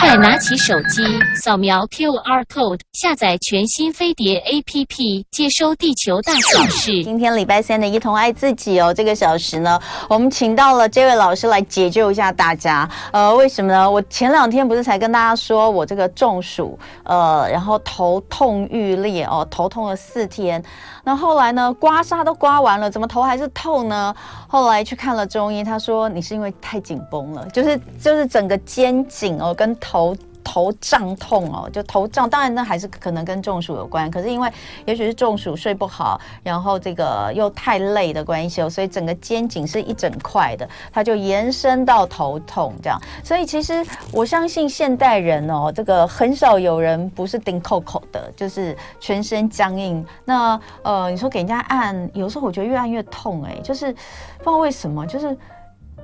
快拿起手机，扫描 QR code，下载全新飞碟 APP，接收地球大小事。今天礼拜三的《一同爱自己》哦，这个小时呢，我们请到了这位老师来解救一下大家。呃，为什么呢？我前两天不是才跟大家说我这个中暑，呃，然后头痛欲裂哦，头痛了四天。那后来呢，刮痧都刮完了，怎么头还是痛呢？后来去看了中医，他说你是因为太紧绷了，就是就是整个肩颈哦跟头。头胀痛哦，就头胀，当然那还是可能跟中暑有关，可是因为也许是中暑睡不好，然后这个又太累的关系哦，所以整个肩颈是一整块的，它就延伸到头痛这样。所以其实我相信现代人哦，这个很少有人不是顶扣扣的，就是全身僵硬。那呃，你说给人家按，有时候我觉得越按越痛哎、就是不知道为什么，就是。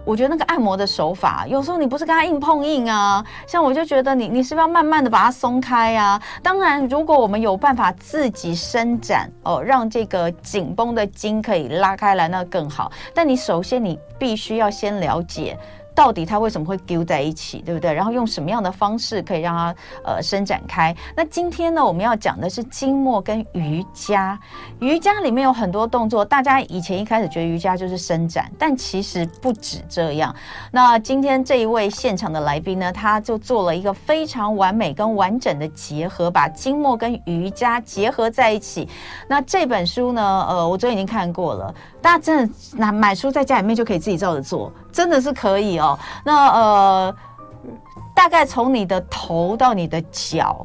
我觉得那个按摩的手法，有时候你不是跟他硬碰硬啊，像我就觉得你你是不是要慢慢的把它松开啊？当然，如果我们有办法自己伸展哦，让这个紧绷的筋可以拉开来，那更好。但你首先你必须要先了解。到底它为什么会揪在一起，对不对？然后用什么样的方式可以让它呃伸展开？那今天呢，我们要讲的是经脉跟瑜伽。瑜伽里面有很多动作，大家以前一开始觉得瑜伽就是伸展，但其实不止这样。那今天这一位现场的来宾呢，他就做了一个非常完美跟完整的结合，把经脉跟瑜伽结合在一起。那这本书呢，呃，我昨天已经看过了，大家真的拿买书在家里面就可以自己照着做，真的是可以哦。那呃，大概从你的头到你的脚，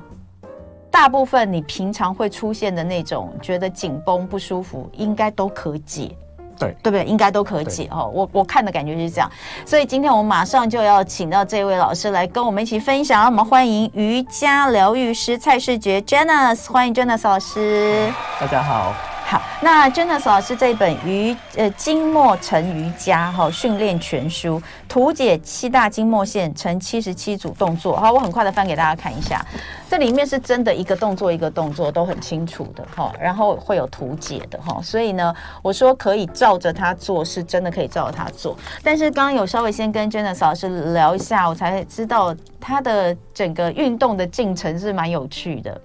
大部分你平常会出现的那种觉得紧绷不舒服，应该都可解。对对不对？应该都可解哦。我我看的感觉是这样，所以今天我们马上就要请到这位老师来跟我们一起分享。让我们欢迎瑜伽疗愈师蔡世觉 Janice，欢迎 Janice 老师。大家好，好，那 Janice 老师这一本《瑜呃经脉成瑜伽》哈、训练全书，图解七大经脉线成七十七组动作。好，我很快的翻给大家看一下，这里面是真的一个动作一个动作都很清楚的哈、然后会有图解的哈、所以呢，我说可以照着它做，是真的可以照着它做。但是刚刚有稍微先跟 Janice 老师聊一下，我才知道他的整个运动的进程是蛮有趣的。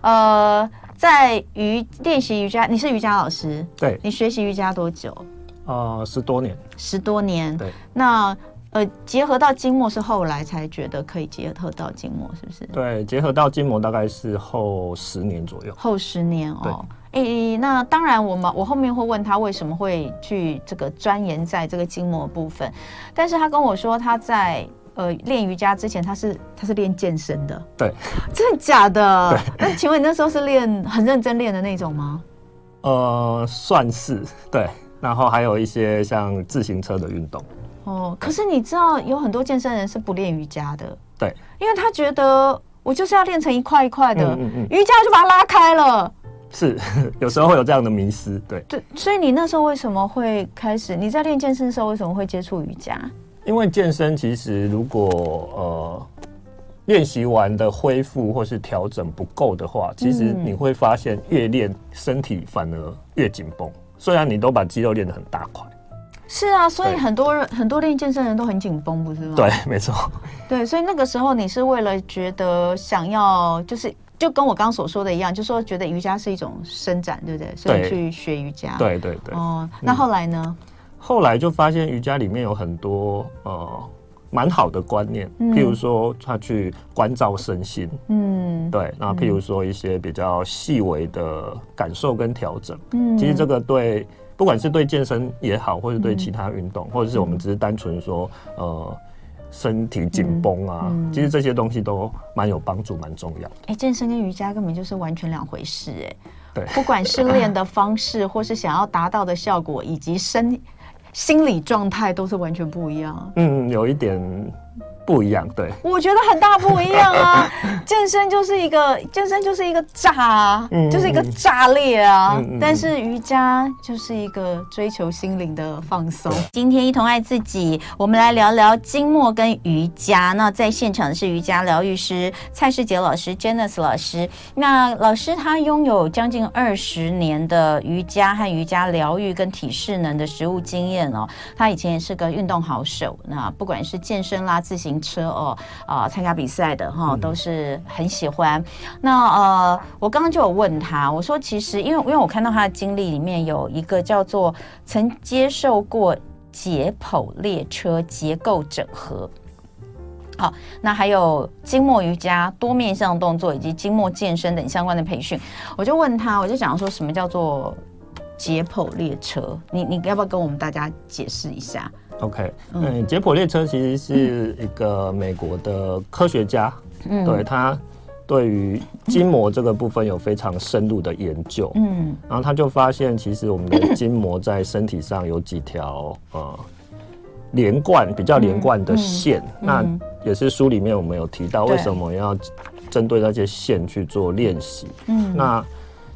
呃，在瑜练习瑜伽，你是瑜伽老师，对，你学习瑜伽多久？呃，十多年，十多年。对，那呃，结合到经脉是后来才觉得可以结合到经脉，是不是？对，结合到筋膜大概是后十年左右。后十年哦。诶、那当然，我们我后面会问他为什么会去这个钻研在这个筋膜部分，但是他跟我说他在呃练瑜伽之前，他是他是练健身的，对， 真的假的？那 请问你那时候是练很认真练的那种吗？呃，算是对。然后还有一些像自行车的运动，哦，可是你知道有很多健身人是不练瑜伽的，对，因为他觉得我就是要练成一块一块的，嗯嗯嗯瑜伽就把它拉开了。是 有时候会有这样的迷失。对，对，所以你那时候为什么会开始？你在练健身的时候为什么会接触瑜伽？因为健身其实如果呃练习完的恢复或是调整不够的话，其实你会发现越练身体反而越紧绷。虽然你都把肌肉练得很大块，是啊，所以对很多人很多练健身的人都很紧绷，不是吗？对，没错，对，所以那个时候你是为了觉得想要就是。就跟我刚刚所说的一样，就说觉得瑜伽是一种伸展，对不对？所以对去学瑜伽。。对对对。哦，那后来呢？后来就发现瑜伽里面有很多呃蛮好的观念，譬如说他去关照身心，嗯对，那譬如说一些比较细微的感受跟调整，嗯其实这个对。不管是对健身也好，或是对其他运动，嗯或者是我们只是单纯说，呃，身体紧绷啊，嗯其实这些东西都蛮有帮助，蛮重要的。哎、健身跟瑜伽根本就是完全两回事哎、对不管是练的方式，或是想要达到的效果，以及身心理状态，都是完全不一样。嗯，有一点不一样，对，我觉得很大不一样啊！ 健身就是一个健身就是一个炸啊，嗯就是一个炸裂啊。嗯嗯嗯但是瑜伽就是一个追求心灵的放松。 今天一同爱自己，我们来聊聊经脉跟瑜伽。那在现场的是瑜伽疗愈师蔡世杰老师、Janice 老师。那老师他拥有将近二十年的瑜伽和瑜伽疗愈跟体适能的实务经验哦。他以前也是个运动好手，那不管是健身啦、自行车哦，啊、参加比赛的哈、嗯都是很喜欢。那呃，我刚刚就有问他，我说其实因为因为我看到他的经历里面有一个叫做曾接受过解剖列车结构整合。好，那还有筋膜瑜伽、多面向动作以及筋膜健身等相关的培训，我就问他，我就想说什么叫做解剖列车？你你要不要跟我们大家解释一下？ OK，嗯，解剖列车其实是一个美国的科学家，嗯对他对于筋膜这个部分有非常深入的研究，嗯然后他就发现，其实我们的筋膜在身体上有几条呃连贯比较连贯的线，嗯那也是书里面我们有提到对为什么要针对那些线去做练习。嗯那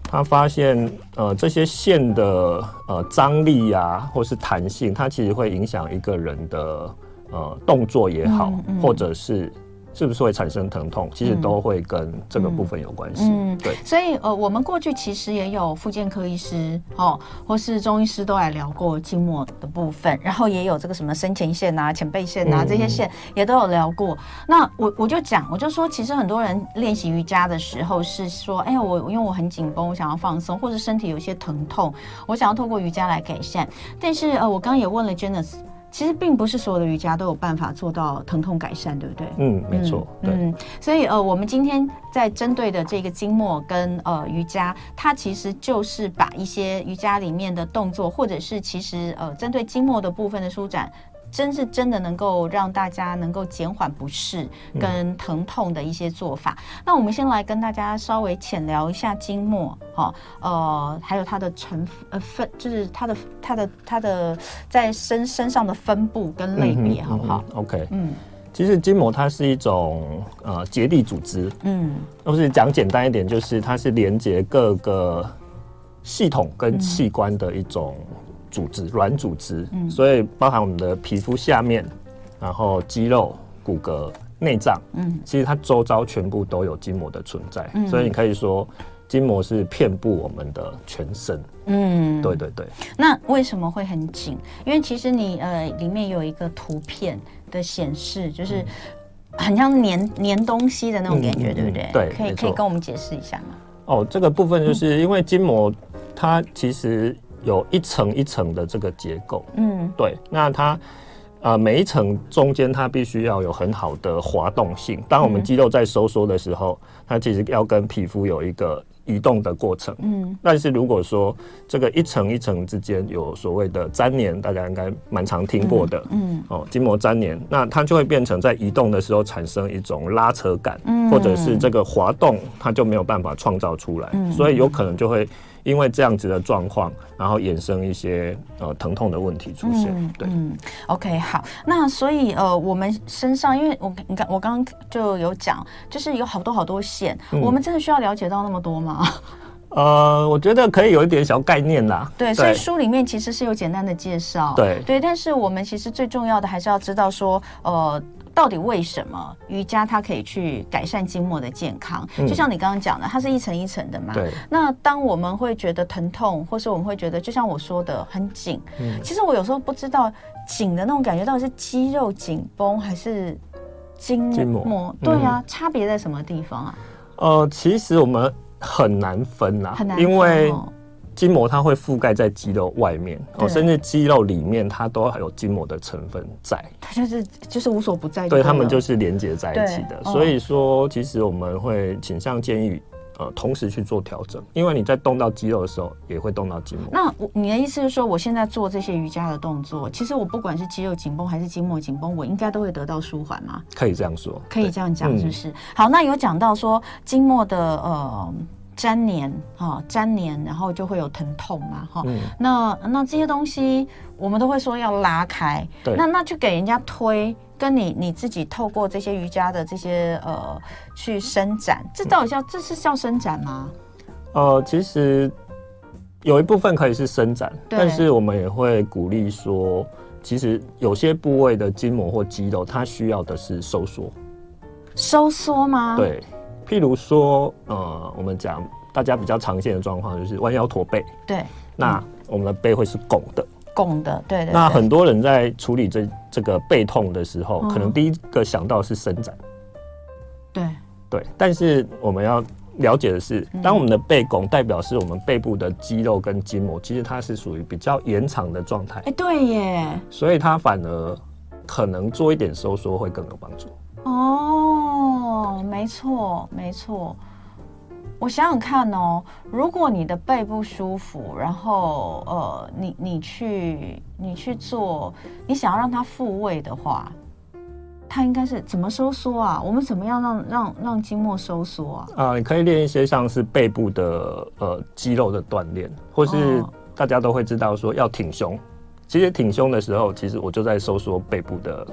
他发现，呃，这些线的呃张力啊，或是弹性，它其实会影响一个人的呃动作也好，嗯嗯或者是是不是会产生疼痛，其实嗯都会跟这个部分有关系。嗯对，所以呃，我们过去其实也有复健科医师哦，或是中医师都来聊过筋膜的部分，然后也有这个什么深前线啊、前背线啊嗯这些线也都有聊过。那我我就讲，我就说，其实很多人练习瑜伽的时候是说，哎，我因为我很紧绷，我想要放松，或者身体有一些疼痛，我想要透过瑜伽来改善。但是呃，我刚刚也问了 Janice，其实并不是所有的瑜伽都有办法做到疼痛改善，对不对？嗯，没错，对。嗯，所以呃，我们今天在针对的这个经脉跟呃瑜伽，它其实就是把一些瑜伽里面的动作，或者是其实呃针对经脉的部分的舒展。真是真的能够让大家能够减缓不适跟疼痛的一些做法。嗯那我们先来跟大家稍微浅聊一下经脉，哈、呃，还有它的成呃分，就是它的它的它的在身身上的分布跟类别，嗯哼好不好？嗯哼？OK，嗯其实筋膜它是一种呃结缔组织，嗯或是讲简单一点，就是它是连接各个系统跟器官的一种组嗯织，软、组织。所以包含我们的皮肤下面，然后肌肉、骨骼、内脏，嗯其实它周遭全部都有筋膜的存在。嗯所以你可以说，筋膜是遍布我们的全身。嗯，对对对，那为什么会很紧？因为其实你呃里面有一个图片的显示，就是很像粘粘东西的那种感觉，嗯嗯嗯嗯对不对？对可以没可错以跟我们解释一下吗？哦，这个部分就是因为筋膜它其实有一层一层的这个结构。嗯对，那它呃每一层中间它必须要有很好的滑动性。当我嗯们肌肉在收缩的时候，它其实要跟皮肤有一个移动的过程。嗯但是如果说这个一层一层之间有所谓的粘连，大家应该蛮常听过的。嗯哦，筋膜粘连，那它就会变成在移动的时候产生一种拉扯感，嗯或者是这个滑动，它就没有办法创造出来，嗯所以有可能就会因为这样子的状况，然后衍生一些呃疼痛的问题出现。嗯对，嗯，OK，好。那所以呃，我们身上，因为我你看我刚刚就有讲，就是有好多好多线，嗯我们真的需要了解到那么多吗？呃，我觉得可以有一点小概念啦。对，所以书里面其实是有简单的介绍。对对，但是我们其实最重要的还是要知道说，呃。到底为什么瑜伽它可以去改善筋膜的健康？嗯就像你刚刚讲的，它是一层一层的嘛。对。那当我们会觉得疼痛，或是我们会觉得，就像我说的很紧，嗯其实我有时候不知道紧的那种感觉到底是肌肉紧绷还是筋筋膜？膜嗯对啊，差别在什么地方啊？呃，其实我们很难分啦，很难分哦， 因为筋膜它会覆盖在肌肉外面，对哦，甚至肌肉里面它都有筋膜的成分在。它就是就是无所不在对了他们就是连接在一起对的。嗯所以说，其实我们会倾向建议，呃，同时去做调整，因为你在动到肌肉的时候，也会动到筋膜。那我你的意思是说，我现在做这些瑜伽的动作，其实我不管是肌肉紧绷还是筋膜紧绷，我应该都会得到舒缓吗？可以这样说，可以对这样讲，嗯是不是？好，那有讲到说筋膜的呃粘连哈、哦粘连，然后就会有疼痛嘛哈、嗯那那这些东西我们都会说要拉开，对那那去给人家推，跟你你自己透过这些瑜伽的这些呃去伸展，这到底叫、这是叫伸展吗？呃，其实有一部分可以是伸展，对但是我们也会鼓励说，其实有些部位的筋膜或肌肉，它需要的是收缩。收缩吗？，对，譬如说，呃，我们嗯讲大家比较常见的状况就是弯腰驼背，对那我们的背会是拱的。拱的，对对那对，很多人在处理这这个背痛的时候，嗯可能第一个想到是伸展，对，对。但是我们要了解的是，嗯当我们的背拱代表是我们背部的肌肉跟筋膜，其实它是属于比较延长的状态，哎，对耶，所以它反而可能做一点收缩会更有帮助。哦，没错，没错。我想想看哦，如果你的背不舒服，然后呃，你你去你去做，你想要让它复位的话，它应该是怎么收缩啊？我们怎么样让让让筋膜收缩啊？啊、你可以练一些像是背部的呃肌肉的锻炼，或是哦大家都会知道说要挺胸。其实挺胸的时候，其实我就在收缩背部的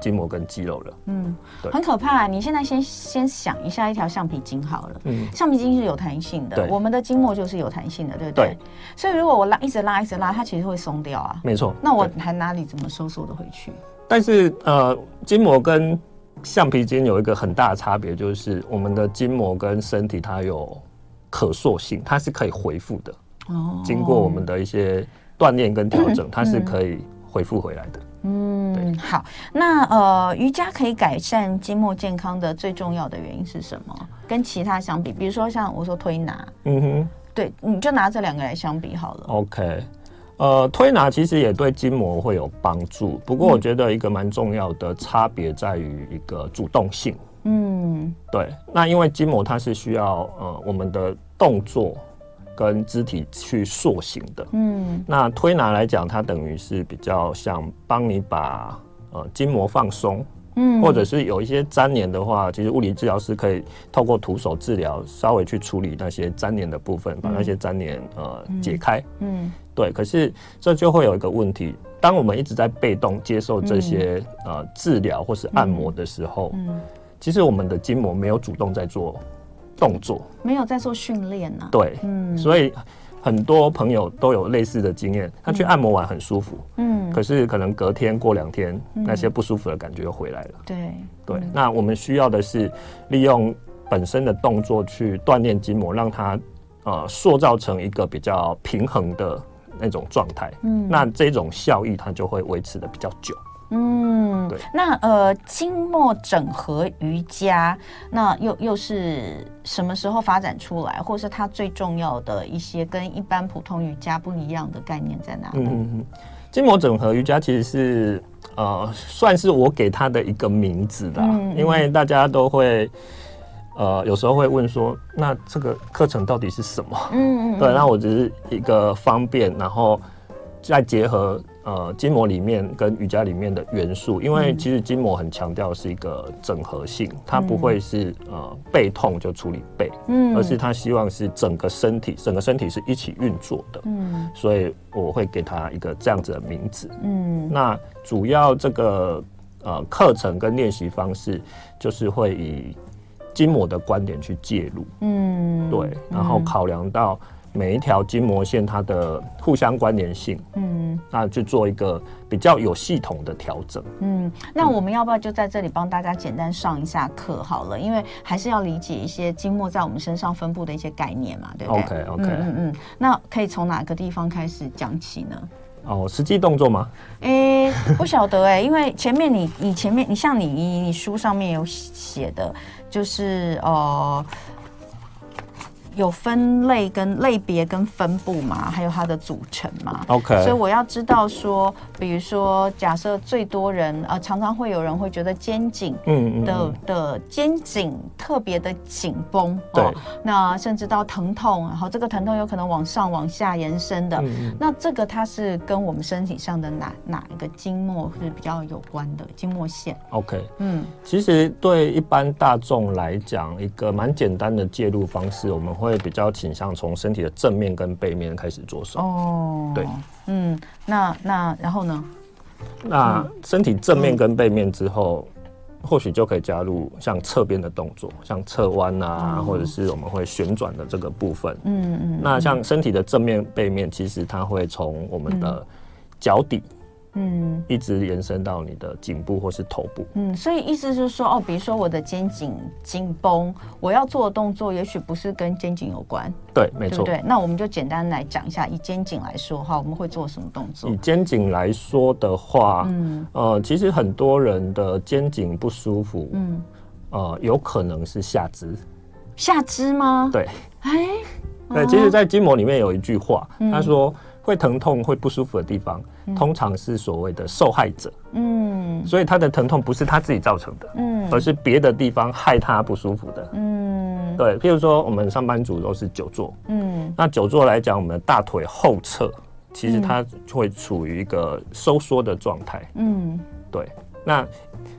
筋膜跟肌肉了。嗯，对很可怕、你现在先先想一下一条橡皮筋好了。嗯，橡皮筋是有弹性的，对我们的筋膜就是有弹性的，对不对？对所以如果我拉一直拉一直拉，它其实会松掉啊。没错。那我对还哪里怎么收缩的回去？但是呃，筋膜跟橡皮筋有一个很大的差别，就是我们的筋膜跟身体它有可塑性，它是可以恢复的。哦经过我们的一些锻炼跟调整，它是可以恢复回来的。嗯，好，那呃，瑜伽可以改善筋膜健康的最重要的原因是什么？跟其他相比，比如说像我说推拿，嗯哼。对，你就拿这两个来相比好了。 OK，呃，推拿其实也对筋膜会有帮助，不过我觉得一个蛮重要的差别在于一个主动性。嗯，对，那因为筋膜它是需要呃我们的动作跟肢体去塑形的。嗯，那推拿来讲，它等于是比较像帮你把呃筋膜放松，嗯，或者是有一些粘连的话，其实物理治疗师可以透过徒手治疗，稍微去处理那些粘连的部分，把那些粘连呃解开。嗯，对，可是这就会有一个问题，当我们一直在被动接受这些、呃治疗或是按摩的时候，嗯其实我们的筋膜没有主动在做动作，没有在做训练呢。对，嗯所以很多朋友都有类似的经验，他去按摩完很舒服，嗯，可是可能隔天过两天、那些不舒服的感觉又回来了。对，嗯对，那我们需要的是利用本身的动作去锻炼筋膜，让它呃塑造成一个比较平衡的那种状态。嗯，那这种效益它就会维持的比较久。嗯对，那呃，筋膜整合瑜伽，那又又是什么时候发展出来，或是它最重要的一些跟一般普通瑜伽不一样的概念在哪里？嗯嗯嗯，筋膜整合瑜伽其实是呃算是我给它的一个名字啦，嗯嗯因为大家都会。呃，有时候会问说，那这个课程到底是什么？嗯对，那我只是一个方便，然后再结合呃筋膜里面跟瑜伽里面的元素，因嗯为其实筋膜很强调是一个整合性，它不会是呃背痛就处理背，嗯而是它希望是整个身体，整个身体是一起运作的，嗯所以我会给它一个这样子的名字。嗯那主要这个呃课程跟练习方式就是会以筋膜的观点去介入。嗯，对，然后考量到每一条筋膜线它的互相关联性，嗯那去做一个比较有系统的调整。嗯，那我们要不要就在这里帮大家简单上一下课好了？因为还是要理解一些筋膜在我们身上分布的一些概念嘛，对不对 OK，OK 嗯嗯嗯，那可以从哪个地方开始讲起呢？哦，实际动作吗？诶、不晓得诶，因为前面你你前面你像你你你书上面有写的，就是呃有分类跟类别跟分布嘛，还有它的组成嘛。 OK 所以我要知道说，比如说假设最多人呃，常常会有人会觉得肩颈。嗯嗯的嗯，的肩颈特别的紧绷，哦对，那甚至到疼痛，然后这个疼痛有可能往上往下延伸的，嗯嗯那这个它是跟我们身体上的哪哪一个筋膜是比较有关的筋膜线？ ，OK。嗯其实对一般大众来讲，一个蛮简单的介入方式，我们会比较倾向从身体的正面跟背面开始着手。哦对，嗯，那那然后呢？嗯那身体正面跟背面之后，或许就可以加入像侧边的动作，像侧弯啊，或者是我们会旋转的这个部分。哦嗯嗯那像身体的正面、背面，其实它会从我们的脚底嗯一直延伸到你的颈部或是头部。嗯，所以意思就是说，哦，比如说我的肩颈紧绷，我要做的动作也许不是跟肩颈有关，对，没对不错。对？那我们就简单来讲一下，以肩颈来说哈，我们会做什么动作以？肩颈来说的话，嗯呃，其实很多人的肩颈不舒服，嗯，呃，有可能是下肢。下肢吗？对，哎，对，其实，在筋膜里面有一句话，嗯他说会疼痛、会不舒服的地方，通常是所谓的受害者，嗯所以他的疼痛不是他自己造成的，嗯而是别的地方害他不舒服的。嗯对，譬如说我们上班族都是久坐，嗯那久坐来讲，我们的大腿后侧其实它会处于一个收缩的状态。嗯对，那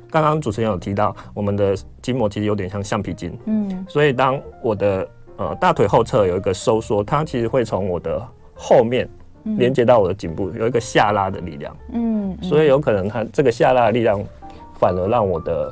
刚刚主持人有提到，我们的筋膜其实有点像橡皮筋，嗯所以当我的呃大腿后侧有一个收缩，它其实会从我的后面连接到我的颈部，有一个下拉的力量，嗯，所以有可能它这个下拉的力量反而让我的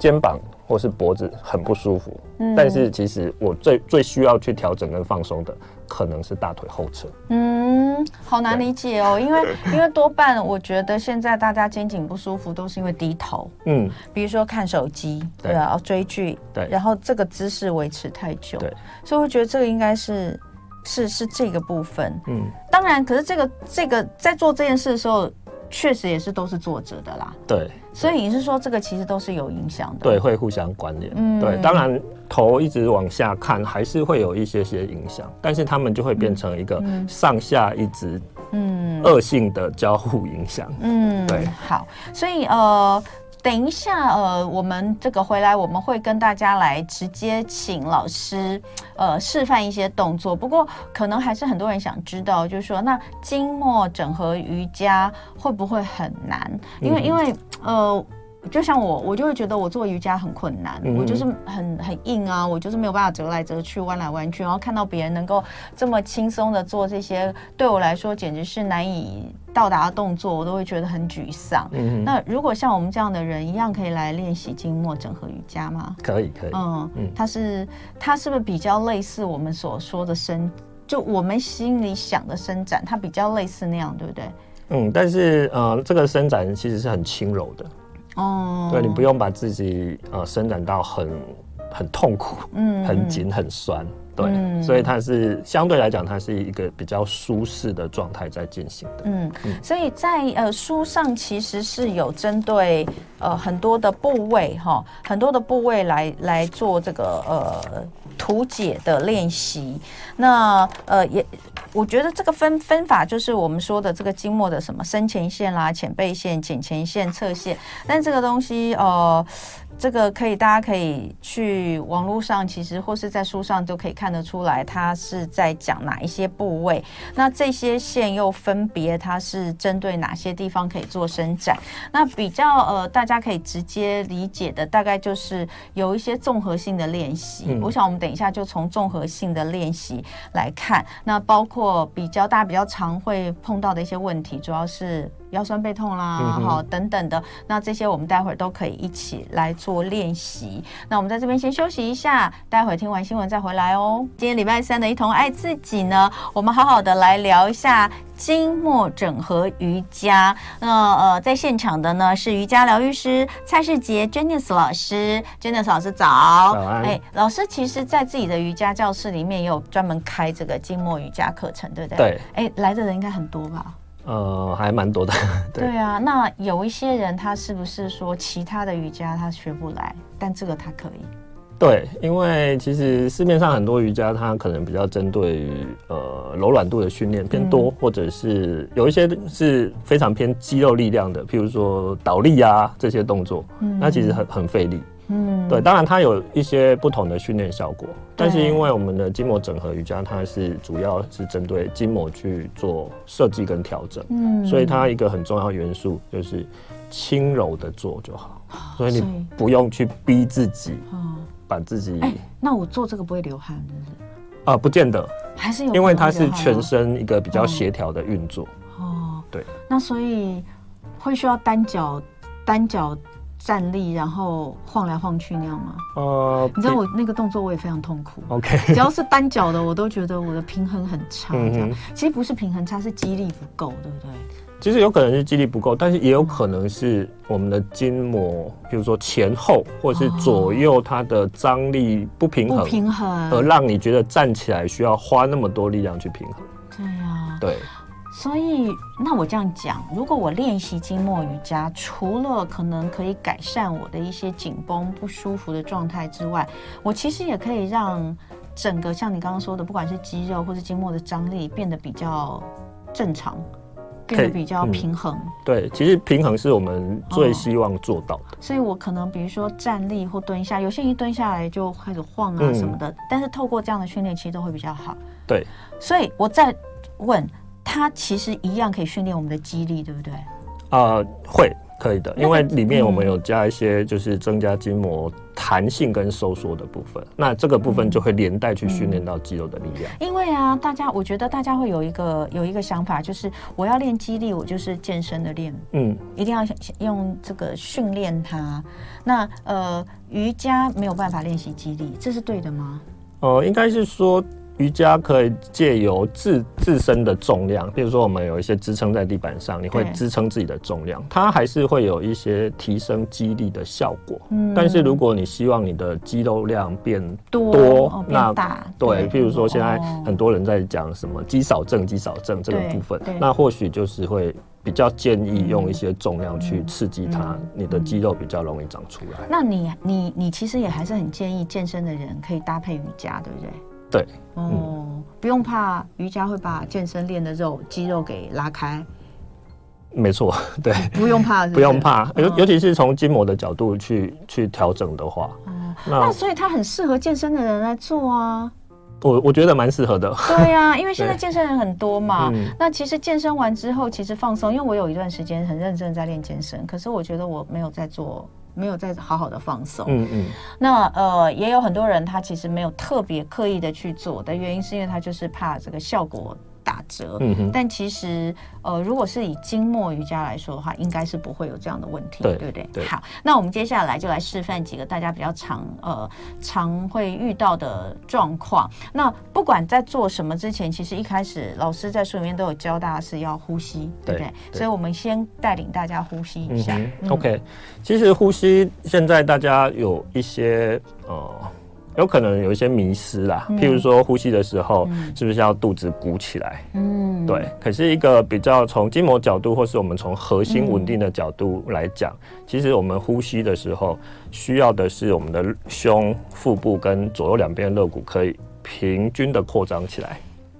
肩膀或是脖子很不舒服。嗯但是其实我最最需要去调整跟放松的，可能是大腿后侧。嗯，好难理解哦，因为因为多半我觉得现在大家肩颈不舒服都是因为低头，嗯，比如说看手机，对对啊，追剧，对然后这个姿势维持太久，对，所以我觉得这个应该是是是这个部分。嗯，当然，可是这个这个在做这件事的时候，确实也是都是坐着的啦，对所以你是说这个其实都是有影响的，对，，会互相关联。嗯对，当然头一直往下看，还是会有一些些影响，但是他们就会变成一个上下一直嗯恶性的交互影响。嗯，对好，所以呃。等一下，呃，我们这个回来我们会跟大家来直接请老师，呃，示范一些动作。不过，可能还是很多人想知道，就是说，那经脉整合瑜伽会不会很难？因为，嗯因为，呃，就像我，我就会觉得我做瑜伽很困难，嗯哼我就是很很硬啊，我就是没有办法折来折去、弯来弯去。然后看到别人能够这么轻松的做这些，对我来说简直是难以到达的动作，我都会觉得很沮丧。嗯哼，那如果像我们这样的人一样，可以来练习经脉整合瑜伽吗？可以可以。嗯嗯，它是它是不是比较类似我们所说的伸，就我们心里想的伸展，它比较类似那样，对不对？嗯，但是呃，这个伸展其实是很轻柔的，哦，对你不用把自己呃伸展到很很痛苦、嗯 很紧、很酸。对，嗯所以它是相对来讲，它是一个比较舒适的状态在进行的。嗯，所以在呃书上其实是有针对呃很多的部位哈，很多的部位来来做这个呃图解的练习。那呃也，我觉得这个分分法就是我们说的这个经脉的什么深前线啦、浅背线、浅前线、侧线，但这个东西呃。这个可以，大家可以去网络上，其实或是在书上都可以看得出来，它是在讲哪一些部位。那这些线又分别它是针对哪些地方可以做伸展？那比较呃，大家可以直接理解的，大概就是有一些综合性的练习。嗯我想我们等一下就从综合性的练习来看，那包括比较大家比较常会碰到的一些问题，主要是腰酸背痛啦，嗯哼哈、等等的。那这些我们待会儿都可以一起来做练习。那我们在这边先休息一下，待会儿听完新闻再回来哦。今天礼拜三的一同爱自己呢，我们好好的来聊一下经脉整合瑜伽。那呃，在现场的呢是瑜伽疗愈师蔡世杰 Janice 老师，Janice 老师早。早哎安老师其实在自己的瑜伽教室里面也有专门开这个经脉瑜伽课程，对不对？。对，哎，来的人应该很多吧？呃，还蛮多的。对对啊，那有一些人他是不是说其他的瑜伽他学不来，但这个他可以？对，因为其实市面上很多瑜伽，它可能比较针对于呃柔软度的训练偏嗯多，或者是有一些是非常偏肌肉力量的，譬如说倒立啊这些动作，嗯那其实很很费力。嗯，对，啊当然它有一些不同的训练效果，但是因为我们的筋膜整合瑜伽，它是主要是针对筋膜去做设计跟调整，嗯所以它一个很重要的元素就是轻柔的做就好，所以哦所你以不用去逼自己哦，把自己。哎，那我做这个不会流汗，是不是？啊，不见得，还是有，因为它是全。身一个比嗯较协调的运作。哦，对，那所以会需要单脚单脚站立，然后晃来晃去那样吗？呃，你知道我那个动作我也非常痛苦。 OK，只要是单脚的，我都觉觉得我的平衡很差。这样嗯，其实不是平衡差，是肌力不够，对不对？其实有可能是肌力不够，但是也有可能是我们的筋膜，比如说前后或者是左右它的张力不平衡，呃不平而衡，让你觉得站起来需要花那么多力量去平衡。对呀、对，所以，那我这样讲，如果我练习筋膜瑜伽，除了可能可以改善我的一些紧绷不舒服的状态之外，我其实也可以让整个像你刚刚说的，不管是肌肉或是筋膜的张力变得比较正常，变得比较平衡。对，其实平衡是我们最希望做到的。所以我可能比如说站立或蹲下，有些人一蹲下来就开始晃啊嗯什么的，但是透过这样的训练，其实都会比较好。对，所以我再问，它其实一样可以训练我们的肌力，对不对？啊、会可以的，那因个为里面我们嗯有加一些就是增加筋膜弹性跟收缩的部分，那这个部嗯分就会连带去训练到肌肉的力量。因为啊，大家我觉得大家会有一个有一个想法，就是我要练肌力，我就是健身的练，嗯，一定要想用这个训练它。那呃，瑜伽没有办法练习肌力，这是对的吗？呃，应该是说瑜伽可以借由自自身的重量，比如说我们有一些支撑在地板上，你会对支撑自己的重量，它还是会有一些提升肌力的效果。嗯但是如果你希望你的肌肉量变多多哦、变那大，对，譬如说现在哦很多人在讲什么肌少症、肌少症这个对部分对，那或许就是会比较建议用一些重量去刺激它，嗯你的肌肉比较容易长出来。那你你你其实也还是很建议健身的人可以搭配瑜伽，对不对？对，嗯哦，不用怕瑜伽会把健身练的肉肌肉给拉开，没错， 对，不用怕是不是不用。怕，尤嗯尤其是从筋膜的角度去去调整的话，哦那那所以它很适合健身的人来做啊， 我我觉得蛮适合的。对呀、因为现在对健身人很多嘛。嗯那其实健身完之后，其实放松，因为我有一段时间很认真地在练健身，可是我觉得我没有在做，没有在好好的放松。嗯嗯，那呃，也有很多人他其实没有特别刻意的去做的原因，是因为他就是怕这个效果打折。嗯哼但其实呃，如果是以经脉瑜伽来说的话，应该是不会有这样的问题，对不对？对好，那我们接下来就来示范几个大家比较常呃常会遇到的状况。那不管在做什么之前，其实一开始老师在书里面都有教大家是要呼吸，对不对对？对所以我们先带领大家呼吸一嗯下。哼，OK。其实呼吸现在大家有一些呃，有可能有一些迷失啦，嗯譬如说呼吸的时候是不是要肚子鼓起来？嗯，对，可是一个比较从筋膜角度，或是我们从核心稳定的角度来讲，嗯其实我们呼吸的时候需要的是我们的胸、腹部跟左右两边的肋骨可以平均的扩张起来。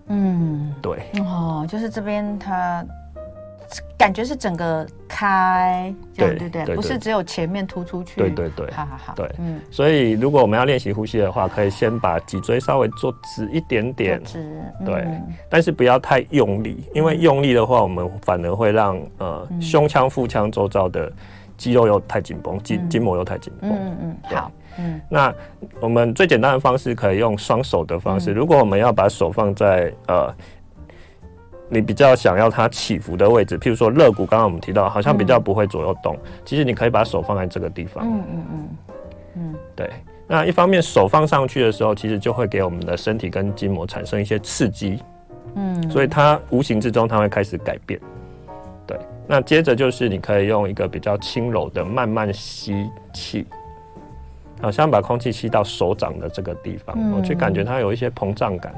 嗯。对，哦，就是这边它感觉是整个开，这样对对不对？对不是对只有前面突出去。对对对好好好，对嗯，所以如果我们要练习呼吸的话，可以先把脊椎稍微做直一点点坐，直，对嗯但是不要太用力，因为用力的话，我们反而会让呃、胸腔、腹腔周遭的肌肉又太紧绷，嗯筋筋膜又太紧绷。嗯嗯嗯，哦对好，嗯那我们最简单的方式可以用双手的方式。如果我们要把手放在呃，你比较想要它起伏的位置，譬如说肋骨，刚刚我们提到好像比较不会左右动，其实你可以把手放在这个地方。嗯嗯嗯嗯，对，那一方面手放上去的时候，其实就会给我们的身体跟筋膜产生一些刺激。嗯，所以它无形之中它会开始改变。对，那接着就是你可以用一个比较轻柔的慢慢吸气，好像把空气吸到手掌的这个地方，嗯我去感觉它有一些膨胀感。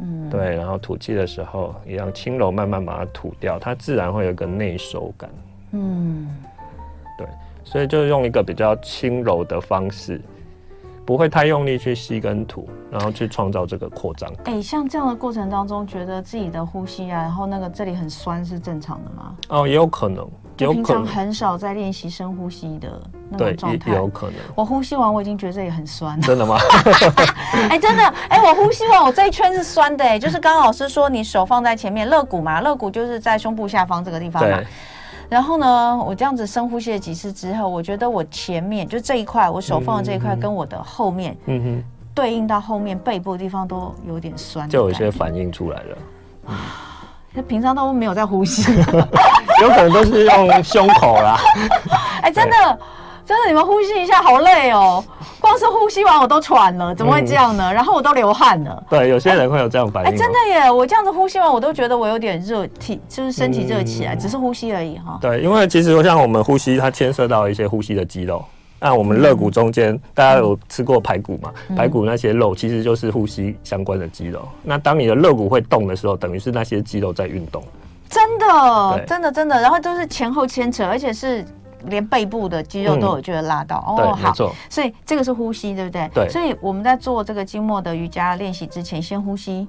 嗯，对，然后吐气的时候一样轻柔慢慢把它吐掉，它自然会有一个内收感。嗯所以就用一个比较轻柔的方式。不会太用力去吸跟吐，然后去创造这个扩张。哎，像这样的过程当中，觉得自己的呼吸啊，然后那个这里很酸是正常的吗？哦，也有可能，就有平可常能，很少在练习深呼吸的那对种状，也态也。有可能。我呼吸完，我已经觉得这里很酸了。 真的吗？哎，真的，哎，我呼吸完，我这一圈是酸的，哎，就是刚刚老师说，你手放在前面，肋骨嘛，肋骨就是在胸部下方这个地方嘛对。， 然后呢，我这样子深呼吸了几次之后，我觉得我前面就这一块，我手放的这一块，跟我的后面嗯哼。对应到后面背部的地方都有点酸的就有一感些反应出来了，觉，平常都没有在呼吸。啊 有可能都是用胸口啦。哎，真的，真的，你们呼吸一下好累哦，光光是呼吸完我都喘了，怎么会这样呢？然后我都流汗了。对，有些人嗯会有这样反应、哎，哦真的耶！我这样子呼吸完，我都觉得我有点热体，就是身体热起来，嗯只是呼吸而已哈。对，因为其实像我们呼吸，它牵涉到一些呼吸的肌肉。那我们肋骨中间，大家有吃过排骨嘛？嗯排骨那些肉其实就是呼吸相关的肌肉。那当你的肋骨会动的时候，等于是那些肌肉在运动。真的，对真的，真的。然后都是前后牵扯，而且是连背部的肌肉都有觉得拉到。嗯对，哦，没好。错。所以这个是呼吸，对不对？对所以我们在做这个静默的瑜伽练习之前，先呼吸。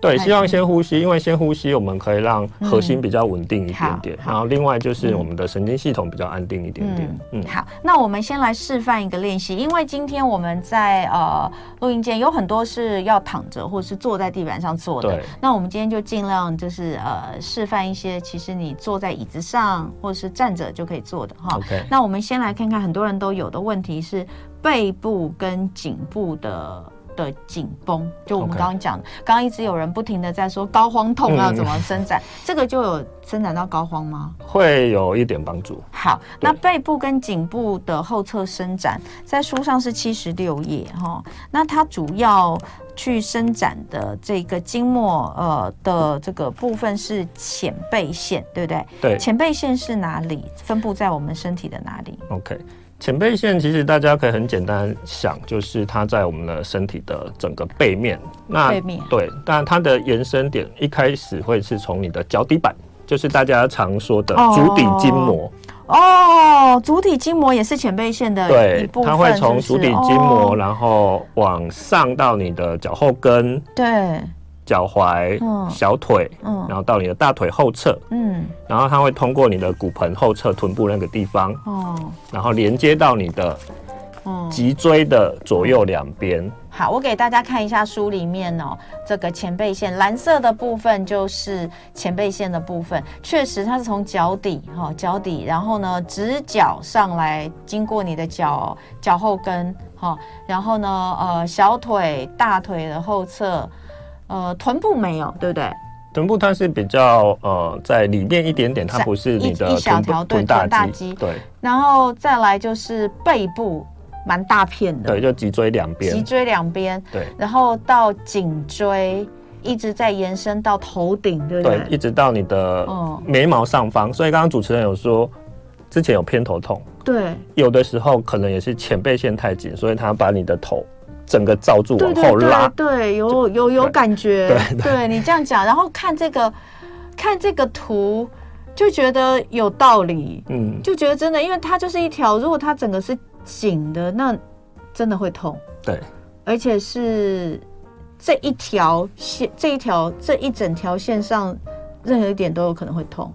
对，太希望先呼吸，因为先呼吸，我们可以让核心比较稳定一点点。嗯好然后另外就是我们的神经系统比较安定一点点。嗯，好，那我们先来示范一个练习，因为今天我们在呃录音间有很多是要躺着或是坐在地板上做的对，那我们今天就尽量就是呃示范一些，其实你坐在椅子上或是站着就可以做的哈。 OK 那我们先来看看很多人都有的问题是背部跟颈部的。的紧绷，就我们 OK 刚刚讲的刚刚一直有人不停的在说高肓痛要嗯怎么伸展，这个就有伸展到高肓吗？会有一点帮助。好，那对背部跟颈部的后侧伸展，在书上是七十六页哈。那它主要去伸展的这个经脉呃的这个部分是浅背线，对不对？对浅背线是哪里？分布在我们身体的哪里？ ，OK。浅背线其实大家可以很简单想，就是它在我们的身体的整个背面。那背面对，但它的延伸点一开始会是从你的脚底板，就是大家常说的哦足底筋膜。哦，足底筋膜也是浅背线呃的一对部，分，它会从是足不底是筋膜，哦然后往上到你的脚后跟、对，脚踝、嗯小腿，嗯然后到你的大腿后侧，嗯，然后它会通过你的骨盆后侧、臀部那个地方，哦，然后连接到你的嗯。脊椎的左右两边。好，我给大家看一下书里面哦，这个前背线，蓝色的部分就是前背线的部分，确实它是从脚底哈、哦脚底，然后呢直角上来，经过你的脚脚后跟哈、哦然后呢呃小腿、大腿的后侧，呃臀部没有，对不对？臀部它是比较呃在里面一点点，它在不是你一的一小臀条部对臀大臀大肌肌，对然后再来就是背部，蛮大片的，对，就脊椎两脊边，椎两边，对然后到颈椎。一直在延伸到头顶，对不对，一直到你的哦眉毛上方。所以刚刚主持人有说，之前有偏头痛，对，有的时候可能也是前背线太紧，所以它把你的头整个罩住对往对后对拉。对，有有有对感觉，对你这样讲，然后看这个看这个图，就觉得有道理，嗯，就觉得真的，因为它就是一条，如果它整个是紧的，那真的会痛，对而且是这一条线，这一条这一整条线上。任何一点都有可能会痛。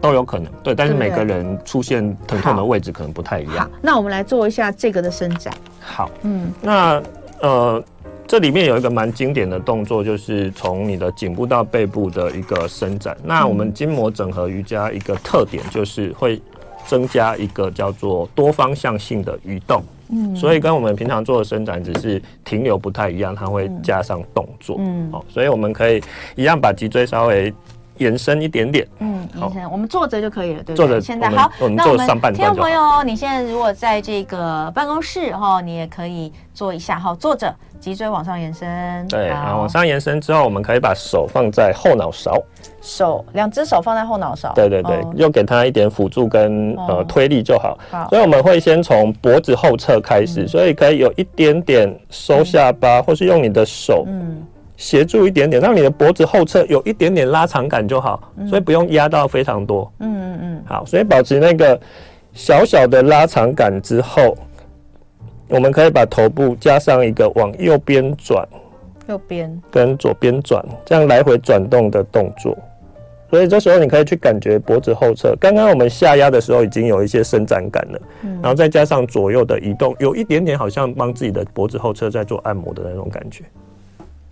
都有可能。对，但是对每对个人出现疼痛的位置可能不太一好样。，那我们来做一下这个的伸展。好，嗯，那呃，这里面有一个蛮经典的动作，就是从你的颈部到背部的一个伸展。那我们筋膜整合瑜伽一个特点就是会增加一个叫做多方向性的移动。嗯，所以跟我们平常做的伸展只是停留不太一样，它会加上动作。嗯嗯，哦，所以我们可以一样把脊椎稍微延伸一点点。嗯，好医生，我们坐着就可以了，对不对？坐着现在我们好，我们那坐我们上半听段众就好朋友，你现在如果在这个办公室哈、你也可以坐一下哈、坐着，脊椎往上延伸，对，好然后往上延伸之后，我们可以把手放在后脑勺。手两只手放在后脑勺，对对对，哦又给它一点辅助跟哦呃推力就好。嗯好所以我们会先从脖子后侧开始，所以可以有一点点收下巴，或是用你的手嗯，嗯协助一点点，让你的脖子后侧有一点点拉长感就好，嗯所以不用压到非常多。嗯嗯嗯，好，所以保持那个小小的拉长感之后，我们可以把头部加上一个往右边转，右边，跟左边转，这样来回转动的动作。所以这时候你可以去感觉脖子后侧，刚刚我们下压的时候已经有一些伸展感了，嗯然后再加上左右的移动，有一点点好像帮自己的脖子后侧在做按摩的那种感觉。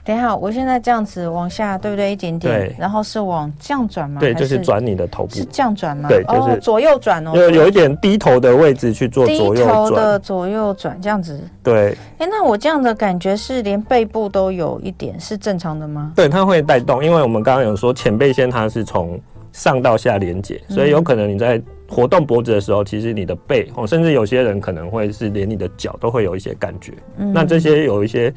等一下，我现在这样子往下，对不对？一点点对，然后是往这样转吗？对，还就是转你的头部是，这样转吗？对就是哦、左右转哦，左有有一点低头的位置去做左低右头的转，左右转这样子。对哎，那我这样的感觉是连背部都有一点，是正常的吗？对，它会带嗯动，因为我们刚刚有说前背线它是从上到下连接，所以有可能你在活动脖子的时候，其实你的背，哦，甚至有些人可能会是连你的脚都会有一些感觉。嗯那这些有一些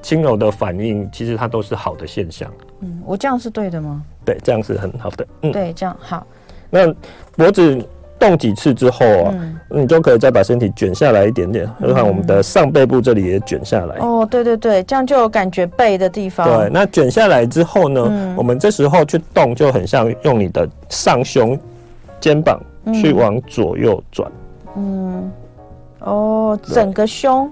轻柔的反应，其实它都是好的现象。嗯，我这样是对的吗？对，这样是很好的。嗯，对，这样好。那脖子动几次之后啊，嗯，你就可以再把身体卷下来一点点，就看我们的上背部这里也卷下来。哦，对对对，这样就有感觉背的地方。对，，那卷下来之后呢，嗯我们这时候去动就很像用你的上胸、肩膀去往左右转，嗯，哦，整个胸，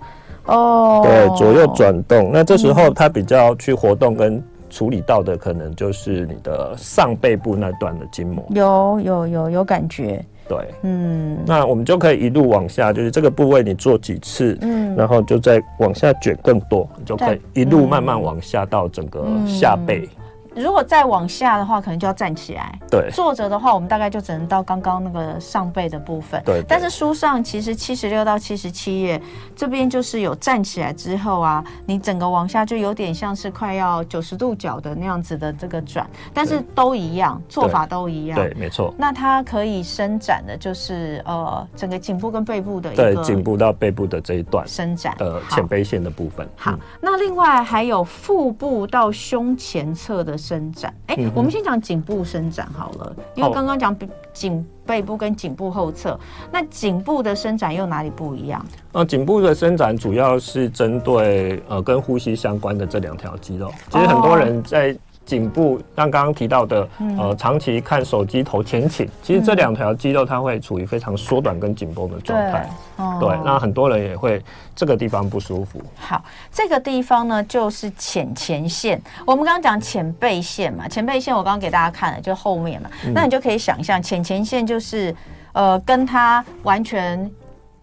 哦，嗯对，左右，转动。那这时候它比较去活动跟处理到的，可能就是你的上背部那段的筋膜。有有有有感觉，对，嗯那我们就可以一路往下，就是这个部位你做几次，嗯，然后就再往下卷更多，你就可以一路慢慢往下到整个嗯下背。如果再往下的话，可能就要站起来。对坐着的话，我们大概就只能到刚刚那个上背的部分。对对但是书上其实七十六到七十七页这边就是有站起来之后啊，你整个往下就有点像是快要九十度角的那样子的这个转，但是都一样，做法都一样。对，没错。那它可以伸展的，就是呃整个颈部跟背部的一对个颈部呃到背部的这一段伸展。的好浅背线的部分。好嗯，那另外还有腹部到胸前侧的伸展。哎、嗯哼我们先讲颈部伸展好了，因为刚刚讲颈背部跟颈部后侧，那颈部的伸展又哪里不一样？那颈部的伸展主要是针对呃跟呼吸相关的这两条肌哦肉。其实很多人在颈部，像刚刚提到的，嗯呃，长期看手机头前倾，其实这两条肌肉它会处于非常缩短跟紧绷的状态。哦对，那很多人也会这个地方不舒服。好，这个地方呢就是浅前线。我们刚刚讲浅背线嘛，浅背线我刚刚给大家看了，就后面嘛。嗯那你就可以想象，浅前线就是呃跟它完全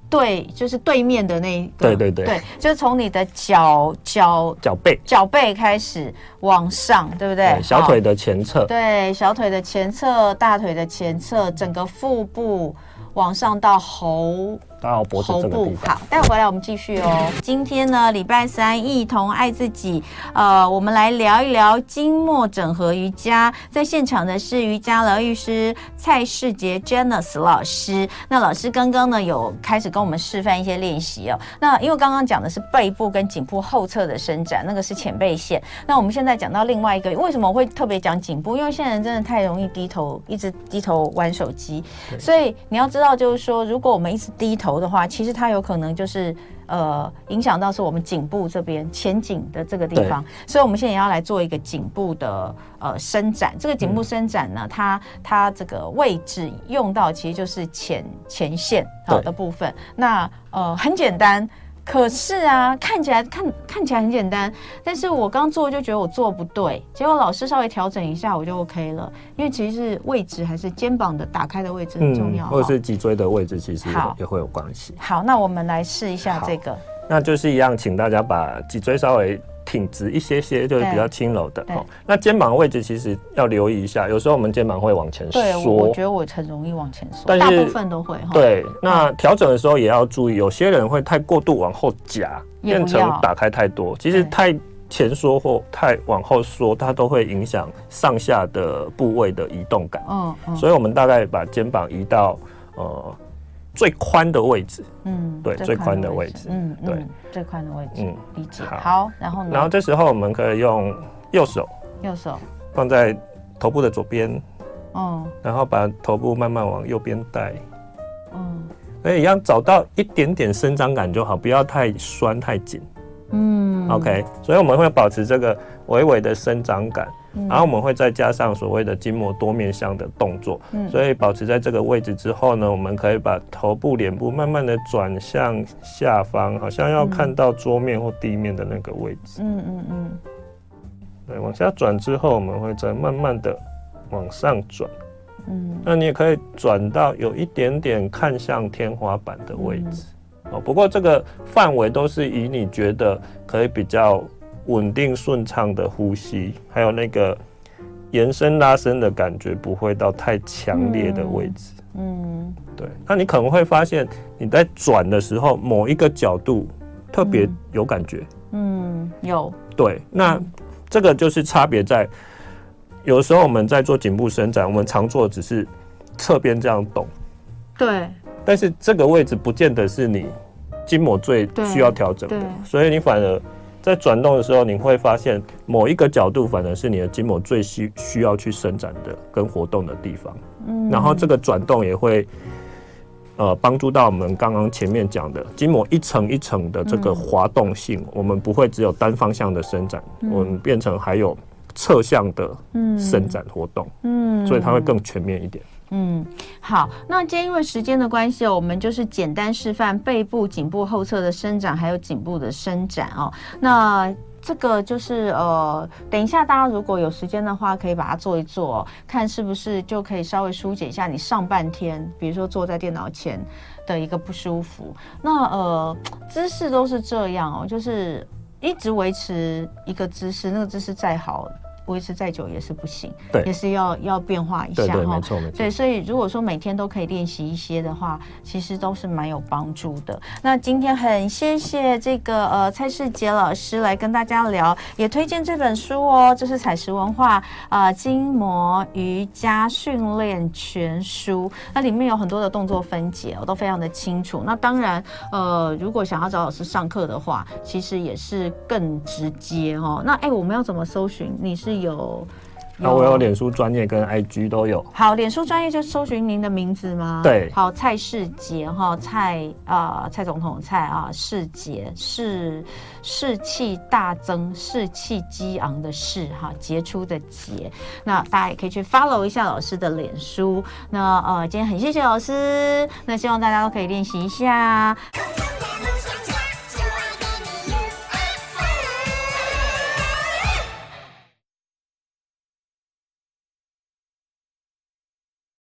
对，就是对面的那一个。对对对对，就是从你的脚脚脚背、脚背开始往上，对不对？呃小腿好。的前侧，对，小腿的前侧、大腿的前侧，整个腹部往上到喉到脖子头这个地部。方。好，待会回来我们继续哦。今天呢，礼拜三一同爱自己，呃，我们来聊一聊经脉整合瑜伽。在现场的是瑜伽疗愈师蔡世杰 Janice 老师。那老师刚刚呢有开始跟我们示范一些练习哦。那因为刚刚讲的是背部跟颈部后侧的伸展，那个是前背线。那我们现在讲到另外一个，为什么我会特别讲颈部？因为现在人真的太容易低头，一直低头玩手机，所以你要知道，就是说，如果我们一直低头的话，其实它有可能就是呃影响到是我们颈部这边前颈的这个地方。所以我们现在也要来做一个颈部的呃伸展。这个颈部伸展呢，它它这个位置用到其实就是前前线好对的部分。那呃很简单。可是啊，看起来看看起来很简单，但是我刚做就觉得我做不对，结果老师稍微调整一下，我就 OK 了。因为其实是位置还是肩膀的打开的位置很重要、哦嗯或者是脊椎的位置，其实也好也会有关系。好，那我们来试一下这个。那就是一样，请大家把脊椎稍微挺直一些些，就是比较轻柔的对。哦那肩膀位置其实要留意一下，有时候我们肩膀会往前对，我缩我觉。得我很容易往前缩，但大是部分都会哈。，对，那嗯调整的时候也要注意，有些人会太过度往后夹，也不要变成打开太多。其实对太前缩或太往后缩，它都会影响上下的部位的移动感。嗯嗯所以我们大概把肩膀移到呃最宽的位置，嗯，对最宽的位置嗯对嗯，最宽的位置，嗯理解。好好，然后呢？然后这时候我们可以用右手右手，放在头部的左边，嗯然后把头部慢慢往右边带，嗯所以一样找到一点点伸张感就好，不要太酸太紧。嗯 OK，所以我们会保持这个微微的生长感，嗯然后我们会再加上所谓的筋膜多面向的动作，嗯所以保持在这个位置之后呢，我们可以把头部、脸部慢慢的转向下方，好像要看到桌面或地面的那个位置。嗯嗯嗯，对，往下转之后，我们会再慢慢的往上转。嗯，那你也可以转到有一点点看向天花板的位置、哦。不过这个范围都是以你觉得可以比较稳定顺畅的呼吸，还有那个延伸拉伸的感觉不会到太强烈的位置。嗯对，那你可能会发现你在转的时候，某一个角度特别有感觉。嗯，有，对，那这个就是差别在，有时候我们在做颈部伸展，我们常做的只是侧边这样动，对但是这个位置不见得是你筋膜最对需要调整的对，所以你反而在转动的时候，你会发现某一个角度反而是你的筋膜最需需要去伸展的跟活动的地方。嗯然后这个转动也会呃帮助到我们刚刚前面讲的筋膜一层一层的这个滑动性，我们不会只有单方向的伸展，我们变成还有侧向的伸展活动，嗯所以它会更全面一点。嗯，好，那今天因为时间的关系哦，我们就是简单示范背部、颈部后侧的伸展，还有颈部的伸展哦。那这个就是呃，等一下大家如果有时间的话，可以把它做一做、哦，看是不是就可以稍微疏解一下你上半天，比如说坐在电脑前的一个不舒服。那呃，姿势都是这样哦，就是一直维持一个姿势，那个姿势再好，维持再久也是不行，对也是要要变化一对下对，哈、没错没错对，。所以如果说每天都可以练习一些的话，其实都是蛮有帮助的。那今天很谢谢这个呃蔡世杰老师来跟大家聊，也推荐这本书哦，这是彩石文化呃筋膜瑜伽训练全书，那里面有很多的动作分解哦，我都非常的清楚。那当然呃，如果想要找老师上课的话，其实也是更直接哦。那哎，我们要怎么搜寻？你是有？那啊我哦有脸书专业跟 IG 都有，好，脸书专业就搜寻您的名字吗？对好，蔡世杰哈，蔡啊、蔡总统的蔡啊，世杰是士气大增、士气激昂的士哈，杰出的杰。那大家也可以去 follow 一下老师的脸书。那呃，今天很谢谢老师，那希望大家都可以练习一下。